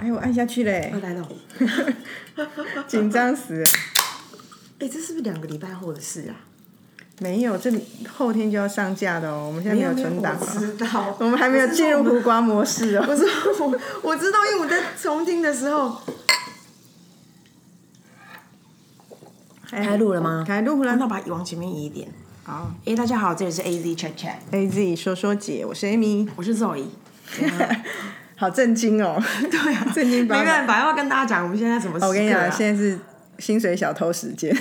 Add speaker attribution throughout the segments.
Speaker 1: 哎呦，按下去嘞
Speaker 2: 又，来了。
Speaker 1: 紧张死了。
Speaker 2: 哎、这是不是两个礼拜后的事啊？
Speaker 1: 没有，这后天就要上架的哦，我们现在没有存档
Speaker 2: 我
Speaker 1: 哦，
Speaker 2: 知道，
Speaker 1: 我们还没有进入苦瓜模式哦。
Speaker 2: 不是我， 我知道，因为我在重听的时候，开录了吗
Speaker 1: 哎开录
Speaker 2: 那
Speaker 1: 了。
Speaker 2: 我把它往前面移一点。
Speaker 1: 好
Speaker 2: 哎、大家好，这里是 AZ Chat Chat，
Speaker 1: ，AZ 说说姐，我是 Amy，
Speaker 2: 我是 Zoe。
Speaker 1: 好震惊哦。
Speaker 2: 哎 对啊，
Speaker 1: 震惊
Speaker 2: 没
Speaker 1: 吧
Speaker 2: 办法，要跟大家讲我们现在什么时刻、啊。
Speaker 1: 我跟你讲，现在是薪水小偷时 间。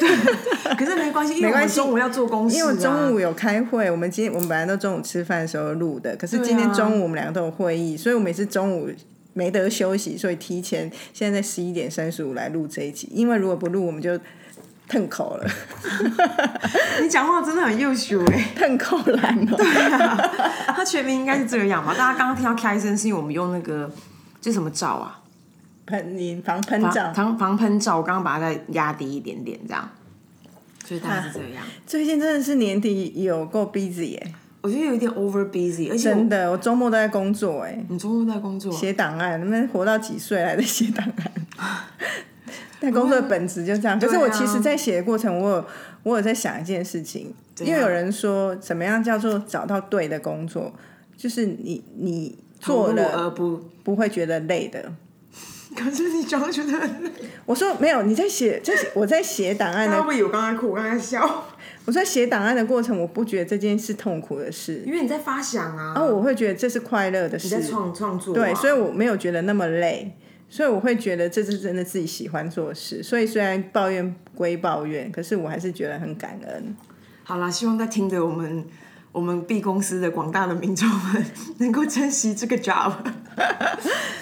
Speaker 2: 可是没关系，因为
Speaker 1: 没
Speaker 2: 我
Speaker 1: 关
Speaker 2: 们
Speaker 1: 系
Speaker 2: 中午要做公事、啊，
Speaker 1: 因为我中午有开会，我们今天我们本来都中午吃饭的时候录的，可是今
Speaker 2: 对
Speaker 1: 天
Speaker 2: 啊
Speaker 1: 中午我们两个都有会议，所以我们也是中午没得休息，所以提前现在在十一点三十五来录这一集，因为如果不录我们就腾口 了，
Speaker 2: 你讲话真的很优秀哎。
Speaker 1: 腾口懒了。
Speaker 2: 对啊，它全名应该是这样嘛。大家刚刚听到开声是因为我们用那个这什么罩啊，
Speaker 1: 喷你防喷
Speaker 2: 防
Speaker 1: 罩。
Speaker 2: 防防喷罩，我刚刚把它再压低一点点这样，所以大概是这样。
Speaker 1: 最近真的是年底有够 busy 耶、
Speaker 2: 我觉得有一点 over busy，而且我
Speaker 1: 真的，我周末都在工作哎、
Speaker 2: 你周末在工作，
Speaker 1: 写档案，能不能活到几岁还在写档案？ 但工作的本质就这样。可
Speaker 2: 对啊
Speaker 1: 是我其实，在写的过程，我有我有在想一件事情，
Speaker 2: 样
Speaker 1: 因为有人说，怎么样叫做找到对的工作，就是你你做
Speaker 2: 投入
Speaker 1: 了
Speaker 2: 而不，
Speaker 1: 不会觉得累的。
Speaker 2: 可是你讲觉得很累，
Speaker 1: 我说没有，你在写，在写我在写档案
Speaker 2: 大家
Speaker 1: 的，
Speaker 2: 会以为我刚才哭，我刚才笑，
Speaker 1: 我在写档案的过程，我不觉得这件事痛苦的事，
Speaker 2: 因为你在发想啊，
Speaker 1: 然后我会觉得这是快乐的
Speaker 2: 你
Speaker 1: 事
Speaker 2: 在。创创作、啊，
Speaker 1: 对，所以我没有觉得那么累，所以我会觉得这是真的自己喜欢做的事。所以虽然抱怨归抱怨，可是我还是觉得很感恩。
Speaker 2: 啊好啦，希望在听的我们我们 B 公司的广大的民众们能够珍惜这个 job。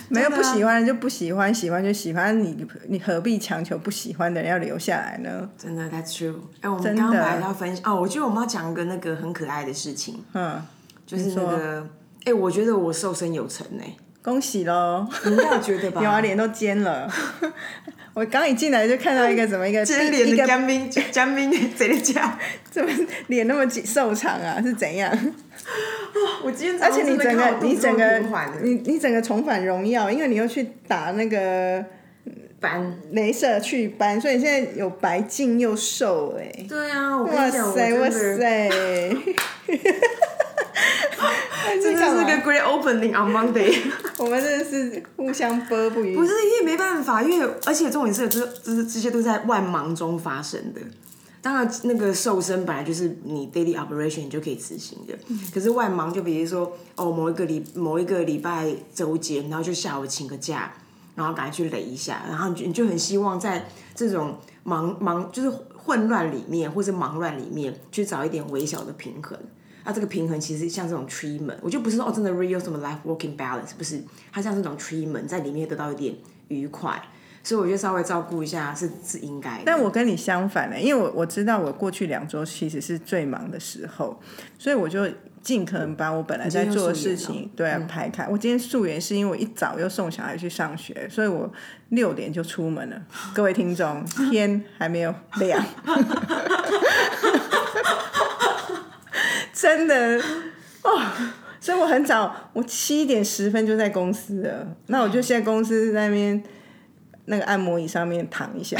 Speaker 1: 没有
Speaker 2: 真的啊
Speaker 1: 不喜欢的就不喜欢，喜欢就喜欢，你你何必强求不喜欢的人要留下来呢？
Speaker 2: 真的，That's true。哎、我们
Speaker 1: 真
Speaker 2: 刚
Speaker 1: 的
Speaker 2: 刚本来要分享哦，我觉得我们要讲一个那个很可爱的事情，
Speaker 1: 嗯，
Speaker 2: 就是
Speaker 1: 你
Speaker 2: 那
Speaker 1: 说
Speaker 2: 个，哎、我觉得我瘦身有成哎、
Speaker 1: 恭喜喽！
Speaker 2: 你应该有觉得吧？
Speaker 1: 有啊，脸都尖了。 我刚一进来就看到一个怎么一个
Speaker 2: 尖
Speaker 1: 一
Speaker 2: 脸的
Speaker 1: 个
Speaker 2: 干冰，干冰谁的家？
Speaker 1: 怎么脸那么紧瘦长啊？是怎样？
Speaker 2: 我今天早
Speaker 1: 而
Speaker 2: 上
Speaker 1: 且你
Speaker 2: 真的
Speaker 1: 整
Speaker 2: 看
Speaker 1: 个
Speaker 2: 到
Speaker 1: 你
Speaker 2: 肚子
Speaker 1: 整
Speaker 2: 都平缓
Speaker 1: 个
Speaker 2: 了
Speaker 1: 你你整个重返荣耀，因为你又去打那个
Speaker 2: 烦。
Speaker 1: 镭射祛斑，所以你现在有白净又瘦哎、
Speaker 2: 对啊，我跟
Speaker 1: 哇
Speaker 2: 你讲，我
Speaker 1: 塞
Speaker 2: 真
Speaker 1: 哇
Speaker 2: 的
Speaker 1: 塞！
Speaker 2: 真
Speaker 1: 这
Speaker 2: 的是个 great opening on Monday。
Speaker 1: 我们真的是互相波不愉
Speaker 2: 不是因为没办法，因为而且重点是，这这这些都在万忙中发生的。当然，那个瘦身本来就是你 daily operation 你就可以执行的。
Speaker 1: 嗯
Speaker 2: 可是万忙，就比如说哦，某一个礼某一个礼拜周间，然后就下午请个假，然后赶快去累一下，然后你就你就很希望在这种忙忙就是混乱里面或是忙乱里面去找一点微小的平衡。那、这个平衡其实像这种 treatment，我就不是说哦真的 real 什么 life working balance，不是，它像这种 treatment 在里面得到一点愉快，所以我觉得稍微照顾一下是是应该的。
Speaker 1: 但我跟你相反的、因为我我知道我过去两周其实是最忙的时候，所以我就尽可能把我本来在做的事
Speaker 2: 你今天
Speaker 1: 情对啊排开。我今天素颜是因为我一早又送小孩去上学，所以我六点就出门 了。各位听众，天还没有亮，真的哦。所以我很早，我七点十分就在公司了。那我就现在公司那边那个按摩椅上面躺一 下，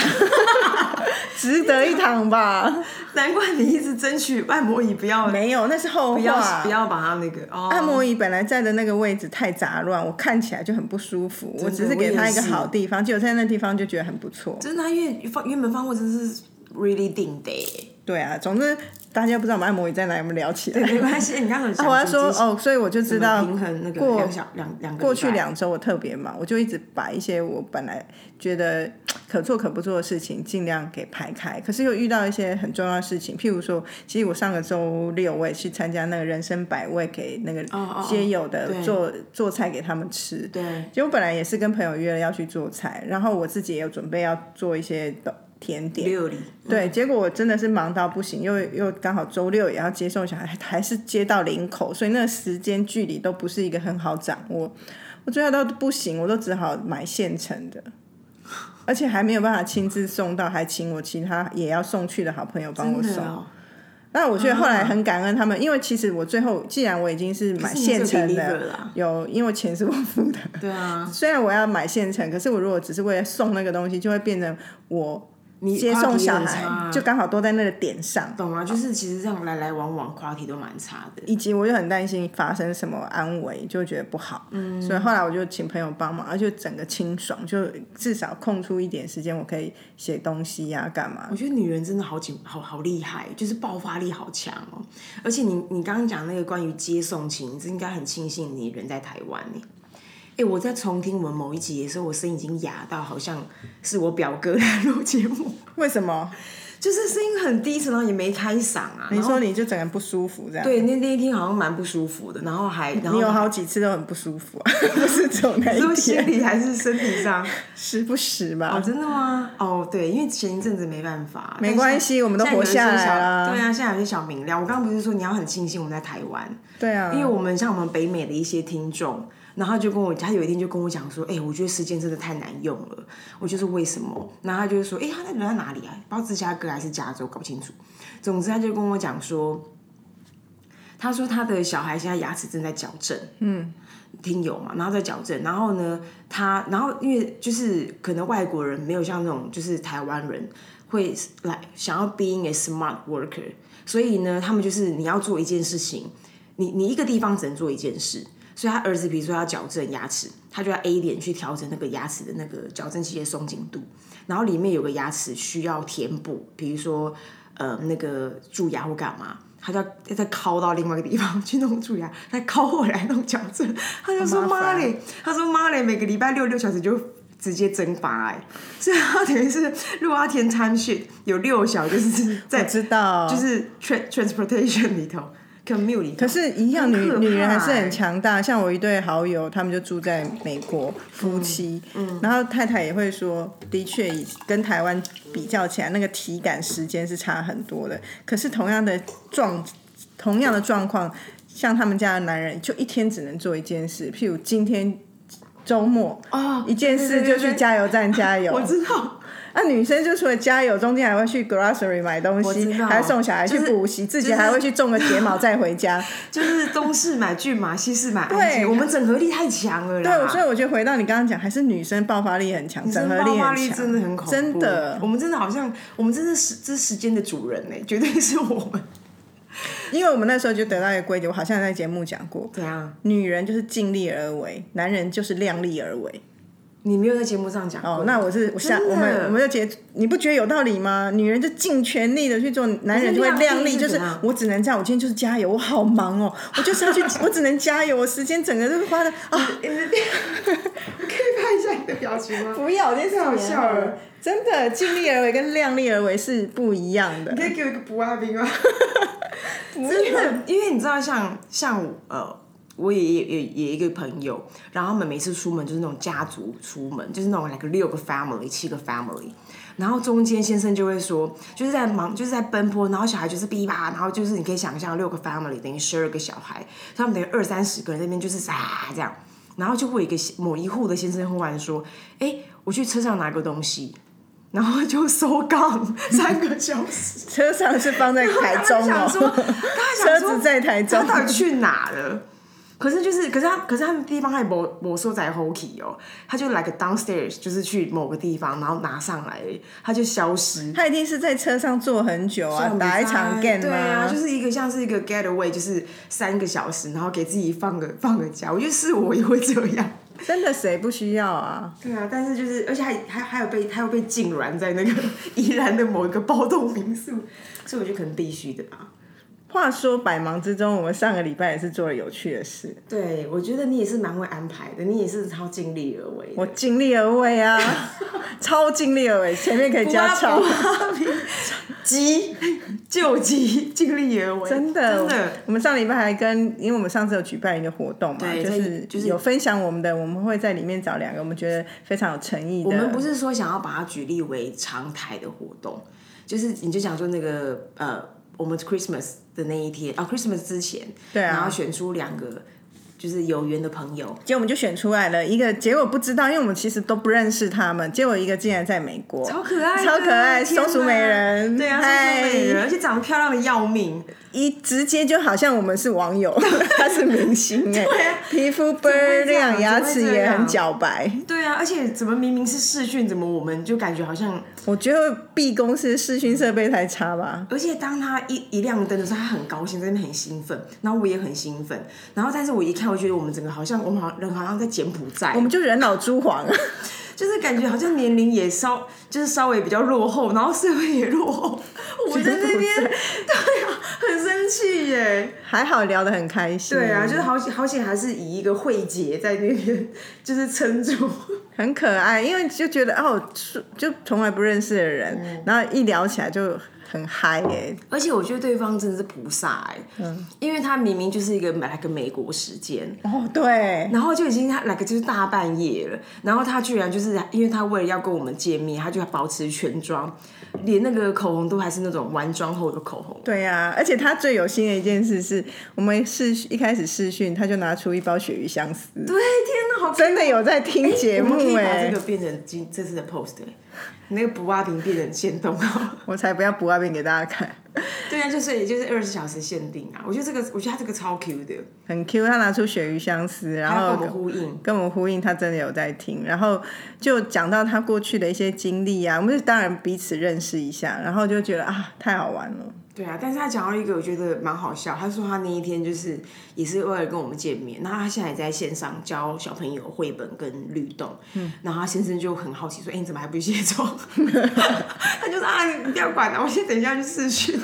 Speaker 1: 值得一躺吧？
Speaker 2: 难怪你一直争取按摩椅不要
Speaker 1: 没有，那是后
Speaker 2: 不要
Speaker 1: 话
Speaker 2: 不。要把它那个哦，
Speaker 1: 按摩椅本来在的那个位置太杂乱，我看起来就很不舒服。我只是给他一个好地方，结果在那地方就觉得很不错。
Speaker 2: 真的啊、因为放原本放货真是 really 定 的耶，
Speaker 1: 对啊，总之大家不知道我们按摩椅在哪，我们聊起来。
Speaker 2: 没关系，你刚刚有讲
Speaker 1: 啊我要说
Speaker 2: 手机
Speaker 1: 哦，所以我就知道
Speaker 2: 平衡那个
Speaker 1: 过
Speaker 2: 两小两两个
Speaker 1: 过
Speaker 2: 礼
Speaker 1: 去
Speaker 2: 拜
Speaker 1: 两周我特别忙，我就一直把一些我本来觉得可做可不做的事情尽量给排开。可是又遇到一些很重要的事情，譬如说，其实我上个周六我也去参加那个人生百味，给那个
Speaker 2: 哦哦
Speaker 1: 街友的
Speaker 2: 对
Speaker 1: 做做菜给他们吃。
Speaker 2: 对
Speaker 1: 结果本来也是跟朋友约了要去做菜，然后我自己也有准备要做一些东甜点，
Speaker 2: 六里
Speaker 1: 对，结果我真的是忙到不行，又又刚好周六也要接送小孩，还还是接到领口，所以那个时间距离都不是一个很好掌握。我最后都不行，我都只好买现成的，而且还没有办法亲自送到，还请我其他也要送去的好朋友帮我
Speaker 2: 真
Speaker 1: 送。
Speaker 2: 的哦，
Speaker 1: 那我觉得后来很感恩他们，因为其实我最后既然我已经是买
Speaker 2: 可是你
Speaker 1: 现
Speaker 2: 是
Speaker 1: 成
Speaker 2: deliver
Speaker 1: 的
Speaker 2: 啦，
Speaker 1: 有因为钱是我付的，
Speaker 2: 对啊，
Speaker 1: 虽然我要买现成，可是我如果只是为了送那个东西，就会变成我
Speaker 2: 你
Speaker 1: 接送
Speaker 2: quality
Speaker 1: 小
Speaker 2: 很差啊
Speaker 1: 孩就刚好都在那个点上，
Speaker 2: 懂啊，就是其实这样来来往往 quality 都蛮差的。
Speaker 1: 以及我就很担心发生什么安危，就觉得不好。嗯，所以后来我就请朋友帮忙，而且整个清爽，就至少空出一点时间，我可以写东西呀、干嘛
Speaker 2: 我？觉得女人真的好紧，好好厉害，就是爆发力好强哦。而且你你刚刚讲那个关于接送情，这应该很庆幸你人在台湾呢。哎、我在重听我们某一集的时候，我声音已经哑到好像是我表哥来录节目，
Speaker 1: 为什么？
Speaker 2: 就是声音很低沉，然后也没开嗓啊。
Speaker 1: 你
Speaker 2: 然后
Speaker 1: 说你就整个人不舒服这样？，
Speaker 2: 对，那那一天好像蛮不舒服的，然后还然
Speaker 1: 你
Speaker 2: 后
Speaker 1: 有好几次都很不舒服、啊， 不是只有那
Speaker 2: 你说
Speaker 1: 一
Speaker 2: 心
Speaker 1: 天，
Speaker 2: 理还是身 体上？
Speaker 1: 时不时吧。
Speaker 2: 哦，真的吗？哦，对，因为前一阵子没办法，
Speaker 1: 没关系我们都活下来
Speaker 2: 了。
Speaker 1: 啦
Speaker 2: 对啊，现在有些小明料，我刚刚不是说你要很庆幸我们在台湾，
Speaker 1: 对啊，
Speaker 2: 因为我们像我们北美的一些听众，然后他就跟我，他有一天就跟我讲说，哎、我觉得时间真的太难用了。我就是为什么？然后他就说，哎、他那人在哪里啊？不知道芝加哥还是加州，搞不清楚。总之他就跟我讲说，他说他的小孩现在牙齿正在矫正，嗯，听友嘛，然后在矫正，然后呢，他然后因为就是可能外国人没有像那种就是台湾人会来想要 being a smart worker，所以呢，他们就是你要做一件事情，你你一个地方只能做一件事。所以他儿子比如说要矫正牙齿，他就要 A 点去调整那个牙齿的那个矫正器的松紧度，然后里面有个牙齿需要填补，比如说呃那个蛀牙或干嘛，他就要再敲到另外一个地方去弄蛀牙，再敲回来弄矫正。他就说
Speaker 1: 好麻
Speaker 2: 妈
Speaker 1: 烦
Speaker 2: 嘞，他说妈嘞，每个礼拜六六小时就直接蒸发哎、所以他等于是如果他填 time sheet 有六小就是
Speaker 1: 我
Speaker 2: 在
Speaker 1: 知道，
Speaker 2: 就是 tra- transportation 里头 commute 里头，
Speaker 1: 可是，一样女
Speaker 2: 很可怕
Speaker 1: 女人还是
Speaker 2: 欸
Speaker 1: 很强大。像我一对好友，他们就住在美国，
Speaker 2: 嗯
Speaker 1: 夫妻，然后太太也会说，的确以跟台湾比较起来，那个体感时间是差很多的。可是同样的状，同样的状况，像他们家的男人，就一天只能做一件事，譬如今天。周末
Speaker 2: 哦
Speaker 1: 一件事
Speaker 2: 对对
Speaker 1: 就
Speaker 2: 对
Speaker 1: 去加油 站加油
Speaker 2: 我。知道。
Speaker 1: 那、女生就除了加油，中间还会去 grocery 买东
Speaker 2: 我
Speaker 1: 西
Speaker 2: 知，道
Speaker 1: 还送小孩去
Speaker 2: 就是
Speaker 1: 补习，自己
Speaker 2: 就是
Speaker 1: 还会去种个睫 毛再回家。
Speaker 2: 就是东市买骏马，西市买安吉，
Speaker 1: 对
Speaker 2: 我们整合力太强了啦。
Speaker 1: 对，所以我觉得回到你刚刚讲，还是女生爆发力很强，整合
Speaker 2: 爆
Speaker 1: 力
Speaker 2: 发
Speaker 1: 很
Speaker 2: 力
Speaker 1: 强，
Speaker 2: 真的很恐怖，
Speaker 1: 真的
Speaker 2: 我们真的好像，我们真的是这是时间的主人呢、绝对是我们。
Speaker 1: 因为我们那时候就得到一个规矩，我好像在节目讲过，
Speaker 2: 怎样？
Speaker 1: 女人就是尽力而为，男人就是量力而为。
Speaker 2: 你没有在节目上讲过
Speaker 1: 哦，那我是我下
Speaker 2: 真的
Speaker 1: 我们我们就觉得你不觉得有道理吗？女人就尽全力的去做，男人就会量
Speaker 2: 量力
Speaker 1: 力，
Speaker 2: 是
Speaker 1: 就是
Speaker 2: 怎样
Speaker 1: 我只能这样，我今天就是加油，我好忙 哦，我就是要去，我只能加油，我时间整个都是花的啊，
Speaker 2: 你的表，可以拍一下你的表情吗？
Speaker 1: 不要，我真是
Speaker 2: 太好笑了，
Speaker 1: 真的尽力而为跟量力而为是不一样的
Speaker 2: 你。可以给我一个不阿兵吗？
Speaker 1: 不
Speaker 2: 真的，因为你知道像，像呃，我也也也也一个朋友，然后他们每次出门就是那种家族出门，就是那种两个六个 family 七个 family，然后中间先生就会说，就是在忙，就是在奔波，然后小孩就是哔吧，然后就是你可以想象六个 family 等于十二个小孩，所以他们等于二三十个人在那边就是啊这样，然后就会有一个某一户的先生忽然说，哎、我去车上拿个东西。然后就收杠三个小时，
Speaker 1: 车上是放在台中
Speaker 2: 他
Speaker 1: 哦、
Speaker 2: 想说，他
Speaker 1: 车
Speaker 2: 想说
Speaker 1: 子在台中，
Speaker 2: 他到底去哪了？可是就是，可是他，可是他们地方还某某说在 Hockey 哦，他就 like downstairs，就是去某个地方，然后拿上来，他就消失。
Speaker 1: 他一定是在车上坐很久啊，打一场 game。
Speaker 2: 对啊，就是是一个像是一个 getaway，就是三个小时，然后给自己放个放个假。我觉得是我也会这样。
Speaker 1: 真的谁不需要啊？
Speaker 2: 对啊，但是就是，而且还还还有被还有被痉挛在那个 宜兰的某一个暴动民宿，所以我觉得可能必须的吧。
Speaker 1: 话说百忙之中，我们上个礼拜也是做了有趣的 事，
Speaker 2: 对，我觉得你也是蛮会安排的，你也是超尽力而为的。
Speaker 1: 我尽力而为啊， 超尽力而为，前面可以加超，
Speaker 2: 急救急，尽力而为，
Speaker 1: 真的
Speaker 2: 真的。。
Speaker 1: 我们上礼拜还跟，因为我们上次有举办一个活动嘛，
Speaker 2: 对
Speaker 1: 就
Speaker 2: 在就是
Speaker 1: 有分享我们的，我们会在里面找两个我们觉得非常有诚意的，
Speaker 2: 我们不是说想要把它举例为常态的活动，就是你就想说那个呃，我们 Christmas 的那一天啊、c h r i s t m a s 哦之前，
Speaker 1: 对啊
Speaker 2: 然后选出两个。就是有缘的朋友，
Speaker 1: 结果我们就选出来了一个，结果不知道，因为我们其实都不认识他们，结果一个竟然在美国，
Speaker 2: 超可爱的，
Speaker 1: 超可爱，
Speaker 2: 天哪
Speaker 1: 松鼠美人，
Speaker 2: 对啊，松
Speaker 1: 嗨
Speaker 2: 鼠美人，而且长得漂亮的要命，
Speaker 1: 一直接就好像我们是网 友，他是明星哎、
Speaker 2: 啊欸
Speaker 1: 皮肤倍儿亮，
Speaker 2: 怎么会这样
Speaker 1: 牙齿也很皎白。
Speaker 2: 对啊，而且怎么明明是视讯，怎么我们就感觉好像，
Speaker 1: 我觉得 B 公司视讯设备太差吧。
Speaker 2: 而且当他一一亮灯的时候，他很高兴，在那边很兴奋，然后我也很兴奋，然后但是我一看，我觉得我们整个好像我们好像人好像在柬埔寨
Speaker 1: 我，们就人老珠黄啊，
Speaker 2: 就是感觉好像年龄也稍就是稍微比较落后，然后社会也落 后，我们在那边，对啊，很生气耶。
Speaker 1: 还好聊得很开心。
Speaker 2: 对啊，就是好险好险，还是以一个慧姐在那边 就是撑住。
Speaker 1: 很可爱，因为就觉得哦，是就从来不认识的人，
Speaker 2: 哦
Speaker 1: 然后一聊起来就很嗨耶、
Speaker 2: 而且我觉得对方真的是菩萨哎、嗯，因为他明明就是一个来个美国时间，
Speaker 1: 哦，对，
Speaker 2: 然后就已经他来个就是大半夜了，然后他居然就是因为他为了要跟我们见面，他就保持全妆，连那个口红都还是那种完妆后的口红。
Speaker 1: 对呀、而且他最有心的一件事是，我们试一开始试训，他就拿出一包鳕鱼香丝，
Speaker 2: 对，天哪，好
Speaker 1: 真的有在听节
Speaker 2: 我们可
Speaker 1: 目
Speaker 2: 以
Speaker 1: 哎、
Speaker 2: 把这个变成今这次的 post 哎、你那个不挖屏变成限动啊。
Speaker 1: 我才不要补外面给大家看，
Speaker 2: 对啊，就是也就是二十小时限定啊。我觉得这个，我觉得他这个超 Q 的，
Speaker 1: 很 Q，他拿出鳕鱼相思，然
Speaker 2: 还要跟
Speaker 1: 后
Speaker 2: 我们呼应。
Speaker 1: 跟我们呼应，他真的有在听，然后就讲到他过去的一些经历啊，我们就当然彼此认识一下，然后就觉得啊，太好玩了，
Speaker 2: 对啊，但是他讲到一个我觉得蛮好笑，他说他那一天就是也是为了跟我们见面，那他现在也在线上教小朋友绘本跟律动，嗯，然后他先生就很好奇说，哎、你怎么还不去卸妆？ 他就说啊，你不要管了、我先等一下去试训。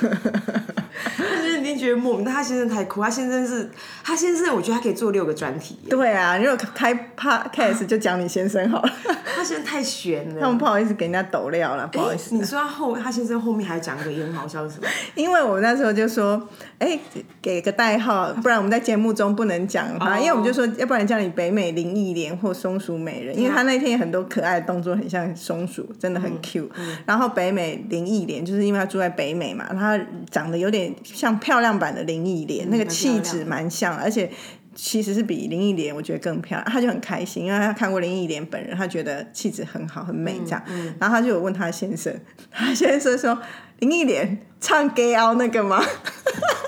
Speaker 2: 他就是已经觉得莫名，但他先生太酷，他先生是他先生，我觉得他可以做六个专题，
Speaker 1: 对啊，如果开 podcast 就讲你先生好了，
Speaker 2: 他先生太悬
Speaker 1: 他
Speaker 2: 了。
Speaker 1: 们不好意思给人家抖料了，不好意
Speaker 2: 诶
Speaker 1: 思，
Speaker 2: 你说他后他先生后面还讲一个也很好笑是什么？
Speaker 1: 因为我那时候就说，哎、给个代号，不然我们在节目中不能讲他，
Speaker 2: 哦
Speaker 1: 因为我们就说，要不然叫你北美林忆莲或松鼠美人，因为他那天有很多可爱的动作，很像松鼠，真的很 Q、然后北美林忆莲，就是因为他住在北美嘛，他长得有点像漂亮版的林忆莲，那个
Speaker 2: 蛮漂
Speaker 1: 气
Speaker 2: 亮
Speaker 1: 质
Speaker 2: 的
Speaker 1: 蛮像，而且。其实是比林忆莲，我觉得更漂亮。他就很开心，因为他看过林忆莲本人，他觉得气质很好，很
Speaker 2: 嗯
Speaker 1: 美这样。然后他就有问他先生，他先生说：“林忆莲唱《gay out》那个吗？”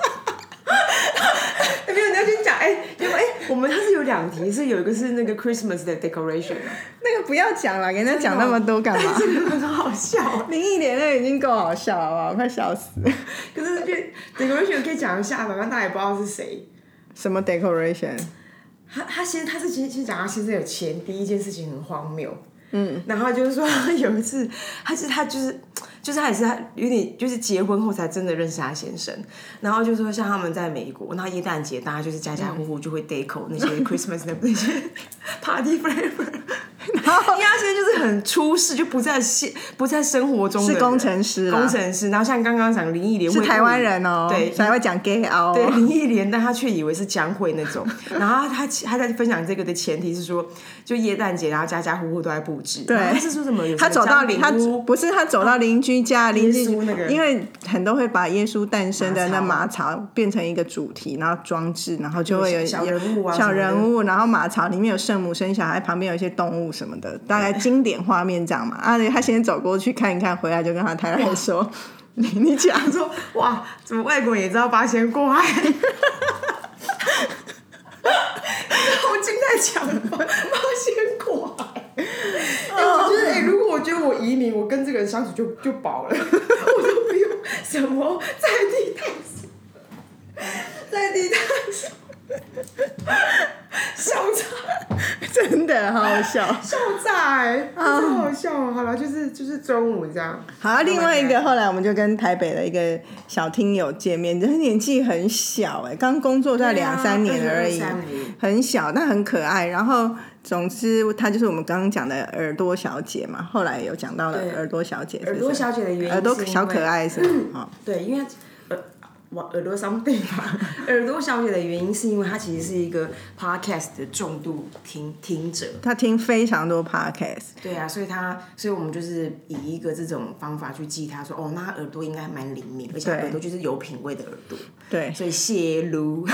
Speaker 2: 没有，你要先讲，哎、因为哎、我们就是有两题，是有一个是那个 Christmas 的 decoration，
Speaker 1: 那个不要讲了，给人家讲那么多干嘛？
Speaker 2: 这个很好笑。
Speaker 1: 林忆莲那个已经够好笑了好不好，我快笑死了。
Speaker 2: 可是就 decoration 可以讲一下吧，反正大家也不知道是谁。
Speaker 1: 什么 decoration？
Speaker 2: 他他先他是先先讲他先生有钱，第一件事情很荒谬。嗯，然后就是说 有一次，他是他就是就是他也是他有点就是结婚后才真的认识他先生，然后就说像他们在美国，那耶诞节大家就是家家
Speaker 1: 嗯
Speaker 2: 户户就会 deco 那些 Christmas 的 那些 party flavor，
Speaker 1: 然后
Speaker 2: 因为他现在就是很出世，就不在现不在生活中的
Speaker 1: 是
Speaker 2: 人
Speaker 1: 工程师啦
Speaker 2: 工程师。然后像刚刚讲林忆莲
Speaker 1: 是
Speaker 2: 会
Speaker 1: 台湾人哦、
Speaker 2: 对
Speaker 1: 才会讲 gay out。
Speaker 2: 对林忆莲，但他却以为是江蕙那 种。然后他他在分享这个的前提是说，就耶诞节，然后家家户户都在布置。
Speaker 1: 对
Speaker 2: 然后他是说什么？有
Speaker 1: 他
Speaker 2: 什么
Speaker 1: 走到
Speaker 2: 江
Speaker 1: 邻，
Speaker 2: 饼
Speaker 1: 他
Speaker 2: 屋
Speaker 1: 不是他走到邻居家，邻居
Speaker 2: 耶稣那个
Speaker 1: 因为很多会把耶稣诞生的那马
Speaker 2: 马
Speaker 1: 槽变成一个主题，然后装置，然后就会有
Speaker 2: 小小人物啊
Speaker 1: 小
Speaker 2: 什
Speaker 1: 人
Speaker 2: 么
Speaker 1: 物，然后马槽里面有圣母生小孩，旁边有一些动物什么的，大概经典画面这样 嘛。啊，他先走过去看一看，回来就跟他太太说：“ 你你讲
Speaker 2: 他说 哇，怎么外国人也知道八 仙过海？我正在讲八仙过海。哎、我觉得，哎、如果我觉得我移民，我跟这个人相处就就饱了， 我都不用什么在地探索，在地探索，笑炸，
Speaker 1: 真的好好笑。
Speaker 2: 笑炸、哎，真的好笑哦、好了，就是就是中午这样。
Speaker 1: 好，另外一个后来我们就跟台北的一个小听友见面，就是年纪很小哎、刚工作在
Speaker 2: 对啊
Speaker 1: 两三年而已，
Speaker 2: 二三年
Speaker 1: 很小但很可爱。然后总之她就是我们刚刚讲的耳朵小姐嘛，后来有讲到了
Speaker 2: 对
Speaker 1: 耳朵小姐是不是，
Speaker 2: 耳朵小姐的原因，
Speaker 1: 耳朵小可。爱是吗？哦
Speaker 2: 对，因为呃，哇耳朵 something 吧。耳朵小姐的原因是因为她其实是一个 podcast 的重度听听者，
Speaker 1: 他听非常多 podcast，
Speaker 2: 对啊，所以她，所以我们就是以一个这种方法去记她说，哦，那她耳朵应该蛮灵敏，而且她
Speaker 1: 对
Speaker 2: 耳朵就是有品味的耳朵，
Speaker 1: 对，
Speaker 2: 所以谢卢。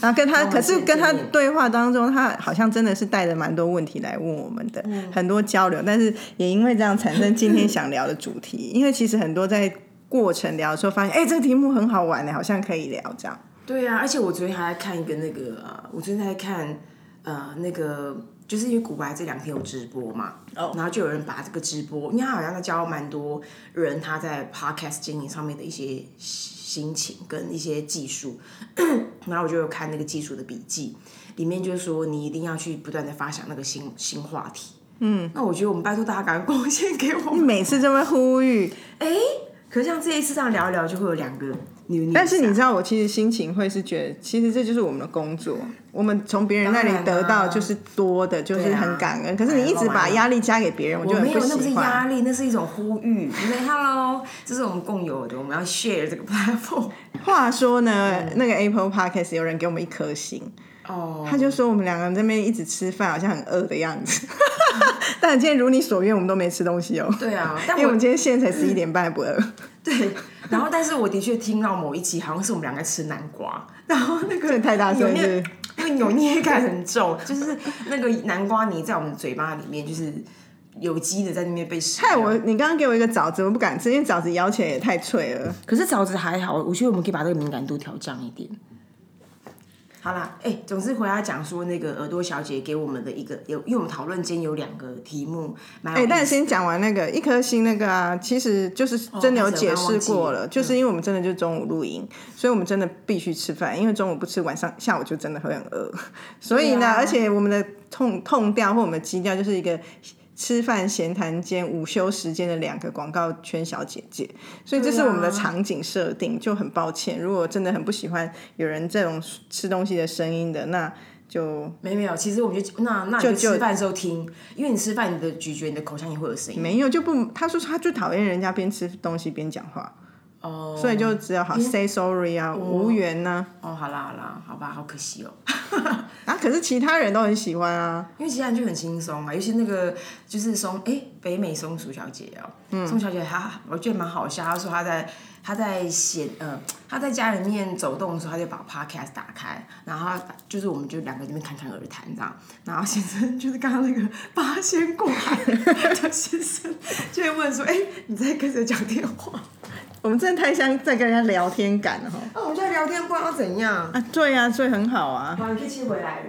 Speaker 1: 然后跟他，
Speaker 2: 那我
Speaker 1: 可
Speaker 2: 们
Speaker 1: 是
Speaker 2: 是
Speaker 1: 跟他
Speaker 2: 建议
Speaker 1: 对话当中，他好像真的是带着蛮多问题来问我们的，很多交流，但是也因为这样产生今天想聊的主题，因为其实很多在过程聊的时候发现，哎、这个题目很好玩呢，好像可以聊这样。
Speaker 2: 对啊，而且我昨天还在看一个那个，呃我昨天在看呃那个，就是因为古白这两天有直播嘛
Speaker 1: 哦
Speaker 2: 然后就有人把这个直播，因为他好像在教蛮多人他在 podcast 经营上面的一些心情跟一些技术， 然后我就有看那个技术的笔记，里面就是说你一定要去不断的发想那个新新话题。嗯，那我觉得我们拜托大家赶快贡献给我
Speaker 1: 你
Speaker 2: 们。
Speaker 1: 每次这么呼 吁，
Speaker 2: 可是像这一次这样聊一聊，就会有两个女女，
Speaker 1: 但是你啊知道，我其实心情会是觉得，其实这就是我们的工作，我们从别人那里
Speaker 2: 当然啊
Speaker 1: 得到就是多的，就是
Speaker 2: 对啊
Speaker 1: 很感恩。可是你一直
Speaker 2: 哎老
Speaker 1: 把
Speaker 2: 板
Speaker 1: 压力加给别人，我就
Speaker 2: 我
Speaker 1: 很
Speaker 2: 没
Speaker 1: 不
Speaker 2: 有，那不是
Speaker 1: 喜欢
Speaker 2: 压。力，那是一种呼吁。你说 “hello”，这是我们共有的，我们要 share 这个 platform。
Speaker 1: 话说呢，那个 Apple Podcast 有人给我们一颗星。
Speaker 2: 哦，
Speaker 1: 他就说我们两个人这边一直吃饭，好像很饿的样子。 但今天如你所愿，我们都没吃东西哦。
Speaker 2: 对啊，
Speaker 1: 因
Speaker 2: 但
Speaker 1: 为我
Speaker 2: 我
Speaker 1: 们今天现在才十一点半，还不饿。
Speaker 2: 对，然后但是我的确听到某一集，好像是我们两个在吃南瓜，然后那
Speaker 1: 真的
Speaker 2: 个
Speaker 1: 太大声了
Speaker 2: 扭
Speaker 1: 是
Speaker 2: 捏
Speaker 1: 不是，
Speaker 2: 那个扭捏感很重，就是那个南瓜泥在我们嘴巴里面，就是有机的在那边被吃。
Speaker 1: 害我，你刚刚给我一个枣子，我不敢吃，因为枣子咬起来也太脆了。
Speaker 2: 可是枣子还好，我觉得我们可以把这个敏感度调降一点。好啦，哎、总之回来讲说那个耳朵小姐给我们的一个有，因为我们讨论间有两个题目，蛮有
Speaker 1: 哎、
Speaker 2: 意思
Speaker 1: 但是先讲完那个一颗星那个啊，其实就是真的有解释过了，
Speaker 2: 哦
Speaker 1: 就是因为我们真的就中午录音，所以我们真的必须吃饭，因为中午不吃，晚上下午就真的会很饿。 所以呢，
Speaker 2: 对啊
Speaker 1: 而且我们的痛痛调或我们的基调就是一个。吃饭闲谈间、午休时间的两个广告圈小姐姐，所以这是我们的场景设定，就很抱歉。如果真的很不喜欢有人这种吃东西的声音的，那就
Speaker 2: 没有没有，其实我们就那那你
Speaker 1: 就
Speaker 2: 就吃饭的时候听，因为你吃饭你的咀嚼你的口腔也会有声音
Speaker 1: 没有就不，他说他就讨厌人家边吃东西边讲话。
Speaker 2: 哦。
Speaker 1: 所以就只有好 say sorry 啊，无缘呐、
Speaker 2: 哦，好啦好啦，好吧，好可惜哦，
Speaker 1: 啊。可是其他人都很喜欢啊，
Speaker 2: 因为其他人就很轻松嘛，尤其那个就是松哎、北美松鼠小姐哦、
Speaker 1: 嗯
Speaker 2: 松鼠小姐她我觉得蛮好笑，她说她在她在写呃她在家里面走动的时候，她就把 podcast 打开，然后她就是我们就两个这边侃侃而谈这样，然后先生就是刚刚那个八仙过海的先生就会问说哎、你在跟谁讲电话？
Speaker 1: 我们真的太像在跟人家聊天感了哈。
Speaker 2: 那、啊我们就在聊天，不然要怎样？
Speaker 1: 啊，对呀、啊，所以很好啊，
Speaker 2: 好，你可以切回来了。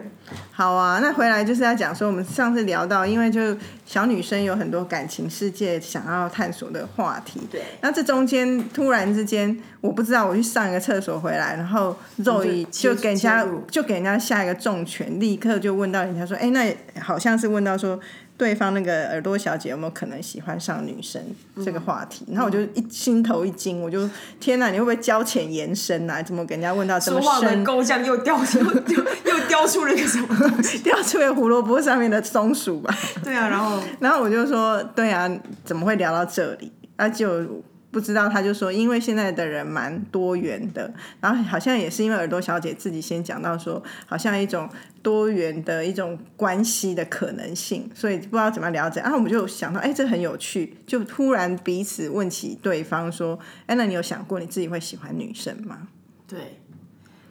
Speaker 1: 好啊。那回来就是要讲说，我们上次聊到，因为就小女生有很多感情世界想要探索的话题。
Speaker 2: 对
Speaker 1: 那这中间突然之间，我不知道，我去上一个厕所回来，然后肉一
Speaker 2: 切
Speaker 1: 就给人家
Speaker 2: 切入
Speaker 1: 就给人家下一个重拳，立刻就问到人家说，哎、那好像是问到说对方那个耳朵小姐有没有可能喜欢上女生
Speaker 2: 嗯
Speaker 1: 这个话题，然后我就一心头一惊，我就天哪，你会不会交浅言深啊？怎么给人家问到这么
Speaker 2: 说话
Speaker 1: 深
Speaker 2: 的？勾酱又掉 又又又雕出了一个什么东西？
Speaker 1: 掉出个胡萝卜上面的松鼠吧。
Speaker 2: 对啊，然后
Speaker 1: 然后我就说，对啊，怎么会聊到这里？啊，就不知道，他就说，因为现在的人蛮多元的，然后好像也是因为耳朵小姐自己先讲到说，好像一种多元的一种关系的可能性，所以不知道怎么了解。啊，我们就想到，哎，这很有趣，就突然彼此问起对方说，哎，那你有想过你自己会喜欢女生吗？
Speaker 2: 对，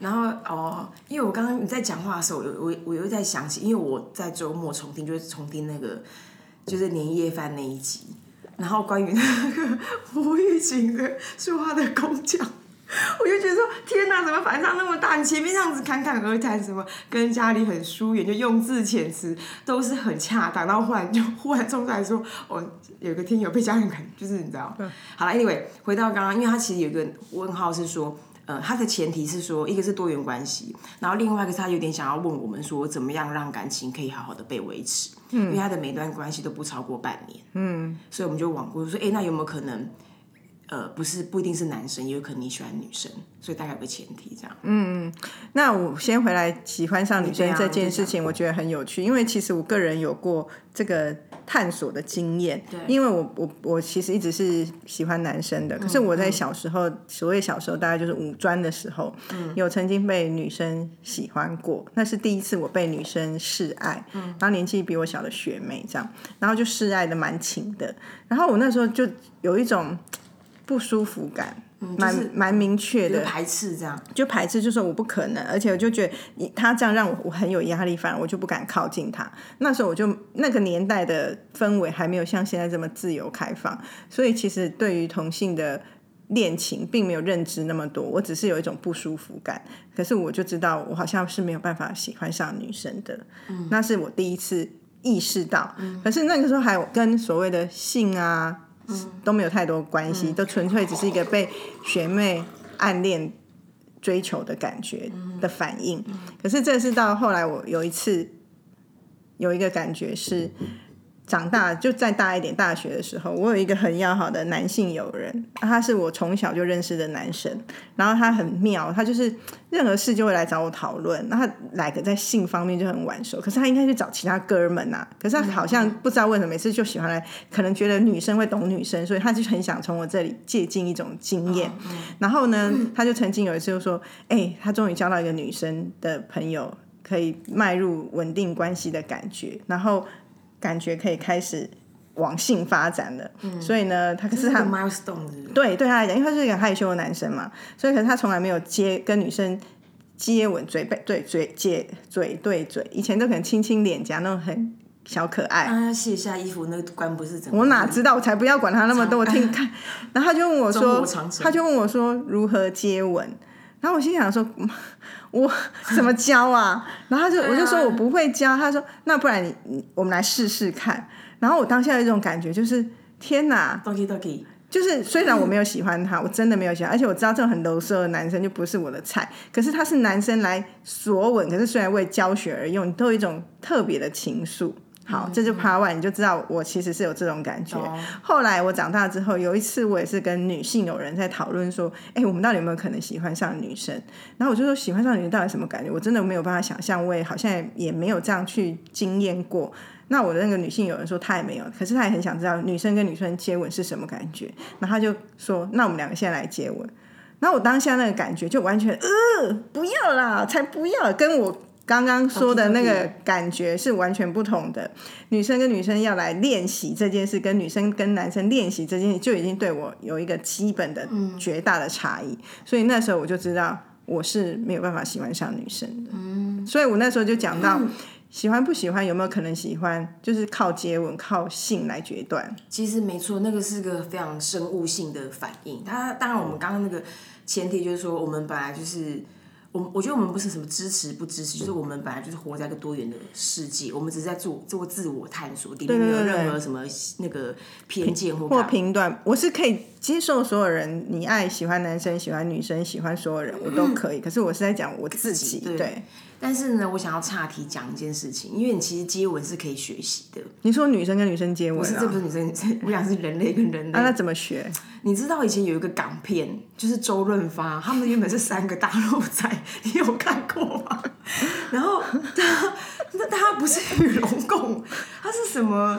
Speaker 2: 然后哦，因为我刚刚你在讲话的时候，我我我又在想起，因为我在周末重听，就是重听那个就是年夜饭那一集，然后关于那个吴玉琴的说话的工匠。 我就觉得说，天哪，怎么反差那么大？你前面这样子侃侃而谈，什么跟家里很疏远，就用字遣词都是很恰当，然后忽然就 忽然冲出来说，哦，有个听友被家人砍，就是你知道。
Speaker 1: 嗯
Speaker 2: 好了，anyway，回到刚刚，因为他其实有一个问号是说，呃，他的前提是说，一个是多元关系，然后另外一个是他有点想要问我们说，怎么样让感情可以好好的被维持？嗯，因为他的每段关系都不超过半年。嗯，所以我们就往过说，哎、那有没有可能？呃，不是不一定是男生，也有可能你喜欢女生，所以大概有个前提这样。
Speaker 1: 嗯那我先回来喜欢上女
Speaker 2: 对
Speaker 1: 生
Speaker 2: 啊
Speaker 1: 这件事情，我觉得很有趣，因为其实我个人有过这个探索的经验。
Speaker 2: 对嗯
Speaker 1: 因为我我我其实一直是喜欢男生的，可是我在小时候，所谓小时候大概就是五专的时候，
Speaker 2: 嗯
Speaker 1: 有曾经被女生喜欢过，那是第一次我被女生示爱，
Speaker 2: 嗯
Speaker 1: 然后年纪比我小的学妹这样，然后就示爱的蛮勤的，然后我那时候就有一种不舒服感，蛮
Speaker 2: 嗯就是
Speaker 1: 蛮明确
Speaker 2: 就
Speaker 1: 的，
Speaker 2: 排斥这样，
Speaker 1: 就排斥，就说我不可能，而且我就觉得你他这样让我我很有压力，反而我就不敢靠近他。那时候我就那个年代的氛围还没有像现在这么自由开放，所以其实对于同性的恋情并没有认知那么多，我只是有一种不舒服感。可是我就知道我好像是没有办法喜欢上女生的，那是我第一次意识到。可是那个时候还有跟所谓的性啊。都没有太多关系，都纯粹只是一个被学妹暗恋追求的感觉的反应。可是这是到后来，我有一次有一个感觉是，长大就再大一点，大学的时候，我有一个很要好的男性友人，他是我从小就认识的男生，然后他很妙，他就是任何事就会来找我讨论，那他来个在性方面就很晚熟，可是他应该去找其他哥们啊，可是他好像不知道为什么每次就喜欢来，可能觉得女生会懂女生，所以他就很想从我这里借鉴一种经验，
Speaker 2: 哦
Speaker 1: 然后呢，他就曾经有一次就说：“哎、他终于交到一个女生的朋友，可以迈入稳定关系的感觉，然后感觉可以开始往性发展了。所以呢，他可是
Speaker 2: 嗯这
Speaker 1: 他
Speaker 2: 个 milestone 是不是
Speaker 1: 对对他来讲，因为他是一个很害羞的男生嘛，所以可是他从来没有接跟女生接吻、嘴背、对嘴、接嘴对嘴，以前都可能亲亲脸颊那种很小可爱。
Speaker 2: 啊，卸下衣服那个关不是怎么？
Speaker 1: 我哪知道？我才不要管他那么多，我
Speaker 2: 嗯
Speaker 1: 听看。然后他就问我
Speaker 2: 中
Speaker 1: 说
Speaker 2: 国长，城
Speaker 1: 他就问我说如何接吻。然后我心想说， 嗯我怎么教啊？然后他就、
Speaker 2: 对啊
Speaker 1: 我就说我不会教。他说那不然你你我们来试试看。然后我当下有一种感觉就是天哪，
Speaker 2: doggy doggy，
Speaker 1: 就是虽然我没有喜欢他，我真的没有喜欢，而且我知道这种很柔色的男生就不是我的菜。可是他是男生来索吻，可是虽然为教学而用，都有一种特别的情愫。好，这就 Part One，你就知道我其实是有这种感觉。
Speaker 2: 懂
Speaker 1: 后来我长大之后，有一次我也是跟女性友人在讨论说，哎、我们到底有没有可能喜欢上女生？然后我就说，喜欢上女生到底什么感觉？我真的没有办法想象，我也好像也也没有这样去经验过。那我的那个女性友人说她也没有，可是她也很想知道女生跟女生接吻是什么感觉。然后她就说，那我们两个现在来接吻。然后我当下那个感觉就完全，呃，不要啦，才不要，跟我刚刚说的那个感觉是完全不同的。女生跟女生要来练习这件事，跟女生跟男生练习这件事，就已经对我有一个基本的绝大的差异。所以那时候我就知道我是没有办法喜欢上女生的。所以我那时候就讲到。喜欢不喜欢，有没有可能喜欢，就是靠接吻、靠性来决断。
Speaker 2: 其实没错，那个是个非常生物性的反应。它当然，我们刚刚那个前提就是说，我们本来就是，我我觉得我们不是什么支持不支
Speaker 1: 嗯
Speaker 2: 持，就是我们本来就是活在一个多元的世界，我们只是在做做自我探索，里面没有
Speaker 1: 对对对
Speaker 2: 任何什么那个偏见或
Speaker 1: 或
Speaker 2: 干嘛
Speaker 1: 评断，我是可以接受所有人，你爱喜欢男生、喜欢女生、喜欢所有人，我都可以。可是我是在讲我自己，
Speaker 2: 自己对
Speaker 1: 对
Speaker 2: 但是呢，我想要岔题讲一件事情，因为你其实接吻是可以学习的，
Speaker 1: 你说女生跟女生接吻
Speaker 2: 不是
Speaker 1: 啊
Speaker 2: 这不是女生，是 我想是人类跟人类
Speaker 1: 啊，那怎么学？
Speaker 2: 你知道以前有一个港片，就是周润发，他们原本是三个大肉仔， 你有看过吗？ 然后他那他不是与龙共，他是什么？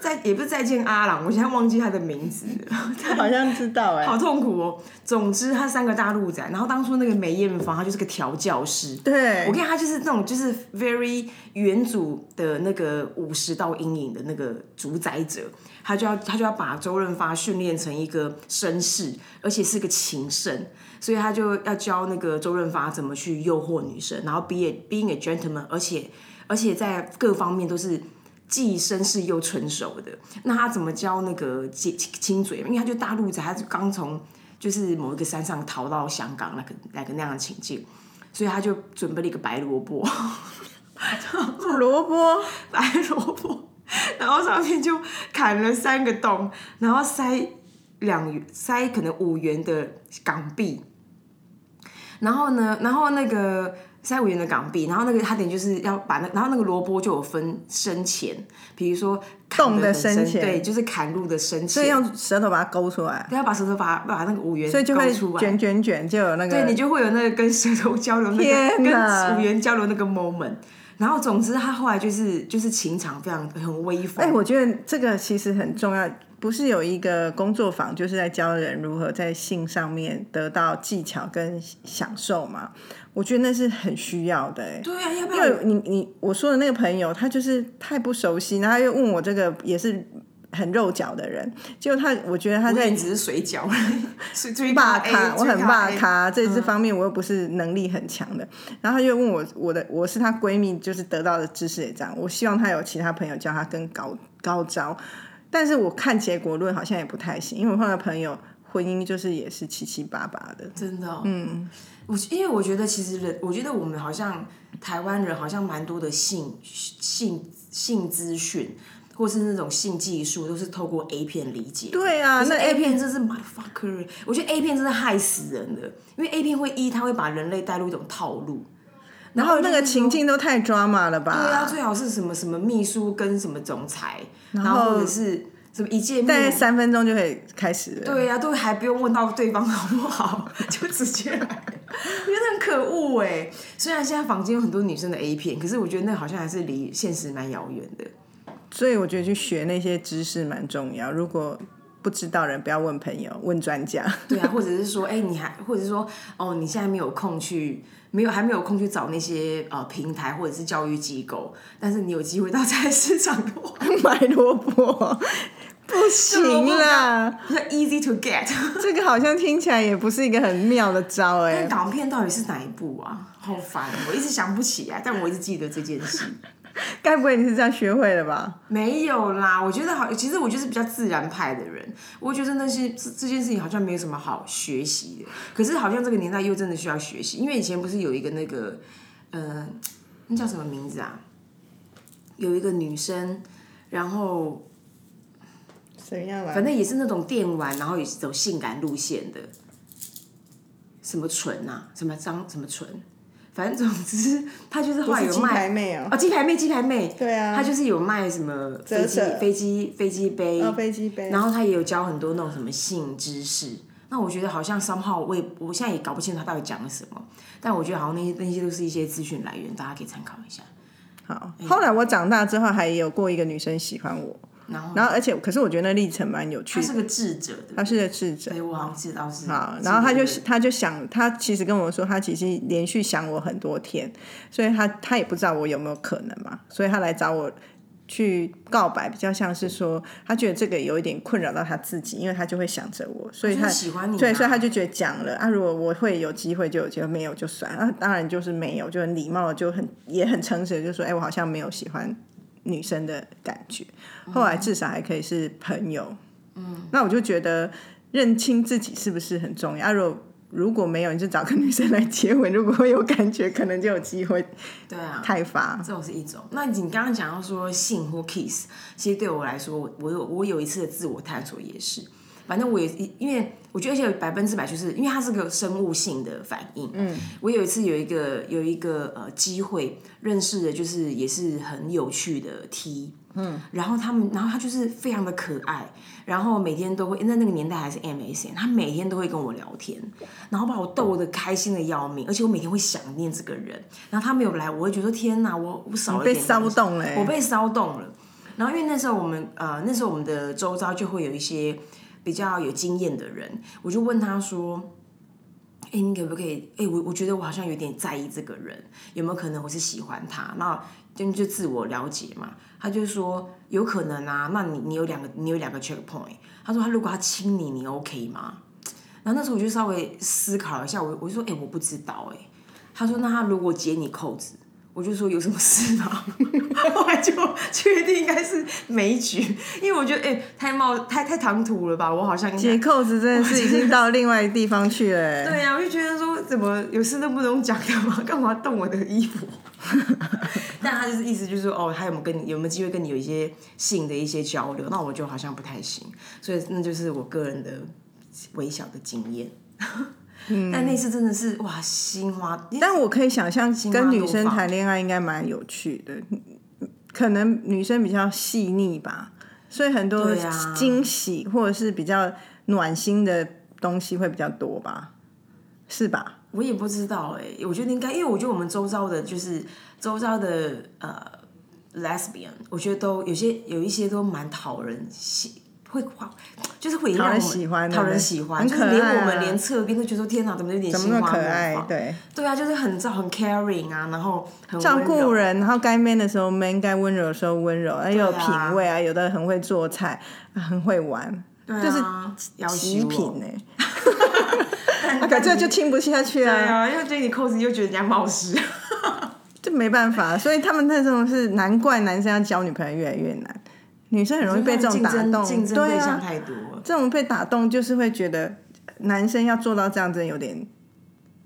Speaker 2: 再也不是再见阿郎，我现在忘记他的名字了。
Speaker 1: 我好像知道哎、
Speaker 2: 好痛苦哦！总之，他三个大陆仔，然后当初那个梅艳芳，她就是个调教师。
Speaker 1: 对
Speaker 2: 我跟你讲，她就是那种就是 very 原祖的那个五十道阴影的那个主宰者，他就要他就要把周润发训练成一个绅士，而且是个情圣，所以他就要教那个周润发怎么去诱惑女生，然后 be a, being a gentleman，而且而且在各方面都是。既绅士又纯熟的。那他怎么教那个亲亲嘴？因为他就大陆仔，他就刚从就是某一个山上逃到香港那个那个那样的情境，所以他就准备了一个白萝卜，
Speaker 1: 萝卜
Speaker 2: 白萝卜，然后上面就砍了三个洞，然后塞两元塞可能五元的港币，然后呢，然后那个三五元的港币，然后那个它等于就是要把那，然后那个萝卜就有分深浅，比如说砍
Speaker 1: 动
Speaker 2: 得
Speaker 1: 的
Speaker 2: 很
Speaker 1: 深浅
Speaker 2: 对，就是砍入的深
Speaker 1: 所以
Speaker 2: 浅，
Speaker 1: 用舌头把它勾出来，
Speaker 2: 不要把舌头把把那个五元
Speaker 1: 所以就会
Speaker 2: 勾出来，
Speaker 1: 卷卷卷，就有那个
Speaker 2: 对你就会有那个跟舌头交流那个
Speaker 1: 天哪
Speaker 2: 跟五元交流那个 moment。然后总之他后来就是就是情场非常很威风，
Speaker 1: 哎、我觉得这个其实很重要，不是有一个工作坊就是在教人如何在性上面得到技巧跟享受嘛？我觉得那是很需要的、哎。
Speaker 2: 对啊，要不
Speaker 1: 因
Speaker 2: 然
Speaker 1: 为你你我说的那个朋友，他就是太不熟悉，然后他又问我这个也是很肉脚的人，结果他我觉得他
Speaker 2: 五
Speaker 1: 在
Speaker 2: 元只是水哎饺， 所以追
Speaker 1: 霸
Speaker 2: 咖
Speaker 1: 咖，
Speaker 2: A，
Speaker 1: 我很
Speaker 2: 追
Speaker 1: 霸
Speaker 2: A
Speaker 1: 咖，这这方面我又不是能力很强的。然后她就问我，我的我是她闺蜜，就是得到的知识也这样。我希望她有其他朋友教她更高高招，但是我看结果论好像也不太行，因为我后来朋友婚姻就是也是七七八八的。
Speaker 2: 真的、嗯，我因为我觉得其实人，我觉得我们好像台湾人好像蛮多的性性性资讯，或是那种性技术，都是透过 A 片理解。
Speaker 1: 对啊，
Speaker 2: 可是
Speaker 1: 那
Speaker 2: A 片真是 motherfucker，我欸觉得 A 片真是害死人的，因为 A 片会一，它会把人类带入一种套路，
Speaker 1: 然后那个
Speaker 2: 就是
Speaker 1: 情境都太 drama 了吧？
Speaker 2: 对啊，最好是什么什么秘书跟什么总裁，然
Speaker 1: 后
Speaker 2: 或者是什么一见
Speaker 1: 大概
Speaker 2: 面，
Speaker 1: 三分钟就可以开始了。
Speaker 2: 对呀、啊都还不用问到对方好不好， 就直接来，我觉得很可恶哎。虽然现在坊间有很多女生的 A 片，可是我觉得那好像还是离现实蛮遥远的。
Speaker 1: 所以我觉得去学那些知识蛮重要。如果不知道人，不要问朋友，问专家。
Speaker 2: 对啊，或者是说，哎、你还，或者是说，哦，你现在没有空去，没有还没有空去找那些呃平台或者是教育机构，但是你有机会到菜市场的话，
Speaker 1: 买萝 卜，不行啦，
Speaker 2: 比较 easy to get。
Speaker 1: 这个好像听起来也不是一个很妙的招哎、
Speaker 2: 但港片到底是哪一部啊？好烦，我一直想不起来，但我一直记得这件事。
Speaker 1: 该不会你是这样学会的吧？
Speaker 2: 没有啦，我觉得好，其实我就是比较自然派的人，我觉得那些这这件事情好像没有什么好学习的。可是好像这个年代又真的需要学习，因为以前不是有一个那个，呃，那叫什么名字啊？有一个女生，然后
Speaker 1: 怎样
Speaker 2: 反？正也是那种电玩，然后也是走性感路线的，什么纯啊，什么张什么纯，反正总之她就是后
Speaker 1: 不
Speaker 2: 来
Speaker 1: 是
Speaker 2: 有
Speaker 1: 鸡
Speaker 2: 卖
Speaker 1: 排妹哦、
Speaker 2: 哦，鸡排妹，鸡排妹，
Speaker 1: 对啊
Speaker 2: 她就是有卖什么飞机
Speaker 1: 折纸
Speaker 2: 飞机飞机杯，
Speaker 1: 哦，飞机杯。
Speaker 2: 然后她也有教很多那种什么性知识。那我觉得好像 somehow 我也我现在也搞不清楚她到底讲了什么，但我觉得好像那些那些都是一些资讯来源，大家可以参考一下。
Speaker 1: 好，后来我长大之后还有过一个女生喜欢我，
Speaker 2: 然后
Speaker 1: 然后而且可是我觉得那历程蛮有趣
Speaker 2: 她
Speaker 1: 的，
Speaker 2: 是个智者，对不对
Speaker 1: 她是个智者。
Speaker 2: 对，我好像知道嗯是。
Speaker 1: 好，然后他就
Speaker 2: 智者
Speaker 1: 他就想，他其实跟我说，他其实连续想我很多天，所以他他也不知道我有没有可能嘛，所以他来找我去告白，比较像是说，他觉得这个有一点困扰到他自己，因为他就会想着我，所以
Speaker 2: 就
Speaker 1: 他
Speaker 2: 是喜欢你啊
Speaker 1: 对，所以他就觉得讲了啊，如果我会有机会就有机会，没有就算，啊，当然就是没有，就很礼貌，就很也很诚实的就说，哎、我好像没有喜欢女生的感觉，后
Speaker 2: 嗯
Speaker 1: 来至少还可以是朋友，嗯，那我就觉得。认清自己是不是很重要。啊、如果如果没有，你就找个女生来结婚。如果有感觉，可能就有机会
Speaker 2: 对啊，
Speaker 1: 开发。
Speaker 2: 这种是一种。那你刚刚讲到说性或 kiss，其实对我来说，我我有我有一次的自我探索也是，反正我也因为我觉得而且百分之百就是因为它是个生物性的反应。嗯，我有一次有一个有一个呃机会认识的，就是也是很有趣的 T。嗯，然后他们，然后他就是非常的可爱，然后每天都会，那那个年代还是 MSN，他每天都会跟我聊天，然后把我逗得开心的要命，而且我每天会想念这个人。然后他没有来，我会觉得天哪，我我少了
Speaker 1: 被
Speaker 2: 点
Speaker 1: 骚
Speaker 2: 东西
Speaker 1: 动了欸
Speaker 2: 我被骚动了。然后因为那时候我们呃，那时候我们的周遭就会有一些比较有经验的人，我就问他说：“哎、你可不可以？哎、我我觉得我好像有点在意这个人，有没有可能我是喜欢他？”那就就自我了解嘛，他就说有可能啊。那你你有两个你有两个 checkpoint，他说他如果他亲你，你 OK 吗？然后那时候我就稍微思考一下，我我就说，哎、我不知道、哎。他说，那他如果解你扣子，我就说有什么事吗？ 后来就确定应该是没局，因为我觉得，哎、太冒太太唐突了吧，我好像应该
Speaker 1: 解扣子真的是已经到另外地方去了、欸。
Speaker 2: 对呀、我就觉得说，怎么有事都不用讲干嘛？ 干嘛动我的衣服？ 但他就是意思就是说，哦，他有没有跟你有没有机会跟你有一些性的一些交流？那我就好像不太行，所以那就是我个人的微小的经验。但那次真的是哇，心花。
Speaker 1: 但我可以想象
Speaker 2: 心，花
Speaker 1: 跟
Speaker 2: 怒
Speaker 1: 女生
Speaker 2: 放
Speaker 1: 谈恋爱应该蛮有趣的，可能女生比较细腻吧，所以很多
Speaker 2: 对啊
Speaker 1: 惊喜或者是比较暖心的东西会比较多吧，是吧？
Speaker 2: 我也不知道哎、我觉得应该，因为我觉得我们周遭的，就是周遭的呃，lesbian，我觉得都有些有一些都蛮讨人喜，会哇，就是会让我们
Speaker 1: 讨人喜欢对不对很
Speaker 2: 讨人喜欢，就是
Speaker 1: 可爱啊
Speaker 2: 连我们连侧边都觉得说天哪，怎么有点
Speaker 1: 怎么
Speaker 2: 心
Speaker 1: 那么
Speaker 2: 花
Speaker 1: 可
Speaker 2: 怒
Speaker 1: 爱？
Speaker 2: 放？
Speaker 1: 对，
Speaker 2: 对啊，就是很照很 caring 啊，然后很
Speaker 1: 照
Speaker 2: 照
Speaker 1: 顾人，然后该 man 的时候 man，该温柔的时候温柔，哎，有
Speaker 2: 对
Speaker 1: 品
Speaker 2: 啊
Speaker 1: 味啊，有的很会做菜，啊很会玩，就是
Speaker 2: 啊要哦
Speaker 1: 极品呢、
Speaker 2: 但
Speaker 1: 啊可这就听不下去
Speaker 2: 对
Speaker 1: 啊。
Speaker 2: 啊，因为对你扣子又觉得人家冒失，
Speaker 1: 这没办法，所以他们那种是难怪男生要交女朋友越来越难，女生很容易被这种
Speaker 2: 竞
Speaker 1: 打
Speaker 2: 争
Speaker 1: 动，
Speaker 2: 竞争
Speaker 1: 对
Speaker 2: 对象
Speaker 1: 啊，
Speaker 2: 太多了。
Speaker 1: 这种被打动就是会觉得男生要做到这样，真的有点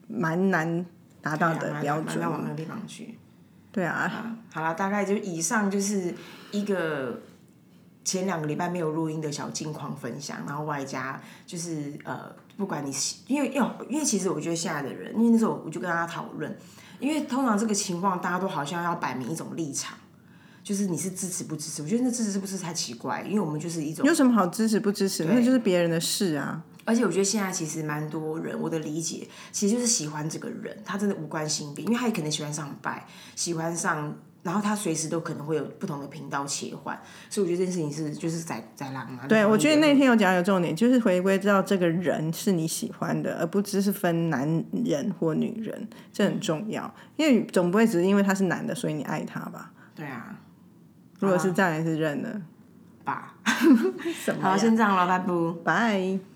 Speaker 1: 蛮难达到
Speaker 2: 对啊
Speaker 1: 的
Speaker 2: 蛮
Speaker 1: 标
Speaker 2: 蛮
Speaker 1: 准
Speaker 2: 难。往那个地方去。
Speaker 1: 对啊，
Speaker 2: 啊，好了，大概就以上就是一个前两个礼拜没有录音的小近况分享，然后外加就是呃，不管你喜因为要因为其实我觉得现在的人，因为那时候我就跟大家讨论，因为通常这个情况大家都好像要摆明一种立场。就是你是支持不支持？我觉得那支持不支持太奇怪，因为我们就是一种
Speaker 1: 有什么好支持不支持？那就是别人的事啊。
Speaker 2: 而且我觉得现在其实蛮多人，我的理解其实就是喜欢这个人，他真的无关性别，因为他也可能喜欢上拜，喜欢上，然后他随时都可能会有不同的频道切换，所以我觉得这件事情是就是在在浪啊。
Speaker 1: 对，
Speaker 2: 就是
Speaker 1: 我觉得那天有讲到有重点，就是回归到这个人是你喜欢的，而不只是分男人或女人，这很重要。因为总不会只是因为他是男的，所以你爱他吧？
Speaker 2: 对啊，
Speaker 1: 如果是这样，也是认了。
Speaker 2: 吧，
Speaker 1: 什
Speaker 2: 好，
Speaker 1: 呀
Speaker 2: 先这样了，拜拜。
Speaker 1: Bye.